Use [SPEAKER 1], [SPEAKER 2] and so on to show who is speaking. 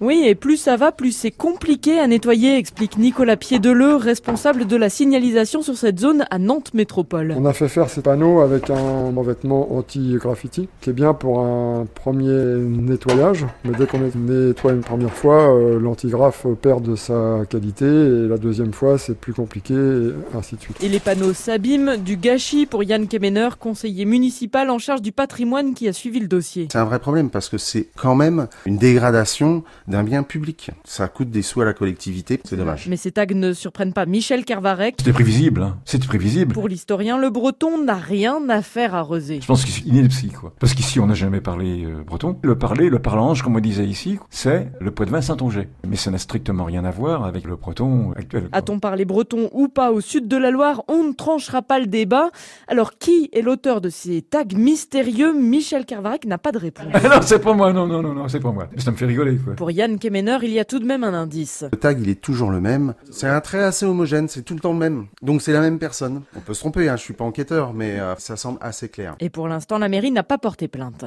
[SPEAKER 1] Oui, et plus ça va, plus c'est compliqué à nettoyer, explique Nicolas Piédeleu, responsable de la signalisation sur cette zone à Nantes Métropole.
[SPEAKER 2] On a fait faire ces panneaux avec un vêtement anti-graffiti, qui est bien pour un premier nettoyage, mais dès qu'on nettoie une première fois, euh, l'antigraphe perd de sa qualité, et la deuxième fois, c'est plus compliqué, et ainsi de suite.
[SPEAKER 1] Et les panneaux s'abîment, du gâchis pour Yann Kemener, conseiller municipal en charge du patrimoine qui a suivi le dossier.
[SPEAKER 3] C'est un vrai problème, parce que c'est quand même une dégradation d'un bien public. Ça coûte des sous à la collectivité, c'est dommage.
[SPEAKER 1] Mais ces tags ne surprennent pas Michel Carvarec.
[SPEAKER 4] C'était prévisible, hein. c'était prévisible.
[SPEAKER 1] Pour l'historien, le breton n'a rien à faire à Rezé.
[SPEAKER 4] Je pense qu'il est le psy, quoi. Parce qu'ici, on n'a jamais parlé euh, breton. Le parler, le parlange, comme on disait ici, c'est le Poitevin Saint-Onger. Mais ça n'a strictement rien à voir avec le breton actuel.
[SPEAKER 1] A-t-on parlé breton ou pas au sud de la Loire On ne tranchera pas le débat. Alors, qui est l'auteur de ces tags mystérieux Michel Carvarec n'a pas de réponse.
[SPEAKER 4] non, c'est pas moi, non, non, non, non c'est pas moi. Ça me fait rigoler, quoi.
[SPEAKER 1] Pour Yann Kemener, il y a tout de même un indice.
[SPEAKER 3] Le tag, il est toujours le même. C'est un trait assez homogène, c'est tout le temps le même. Donc c'est la même personne. On peut se tromper, hein, je suis pas enquêteur, mais euh, ça semble assez clair.
[SPEAKER 1] Et pour l'instant, la mairie n'a pas porté plainte.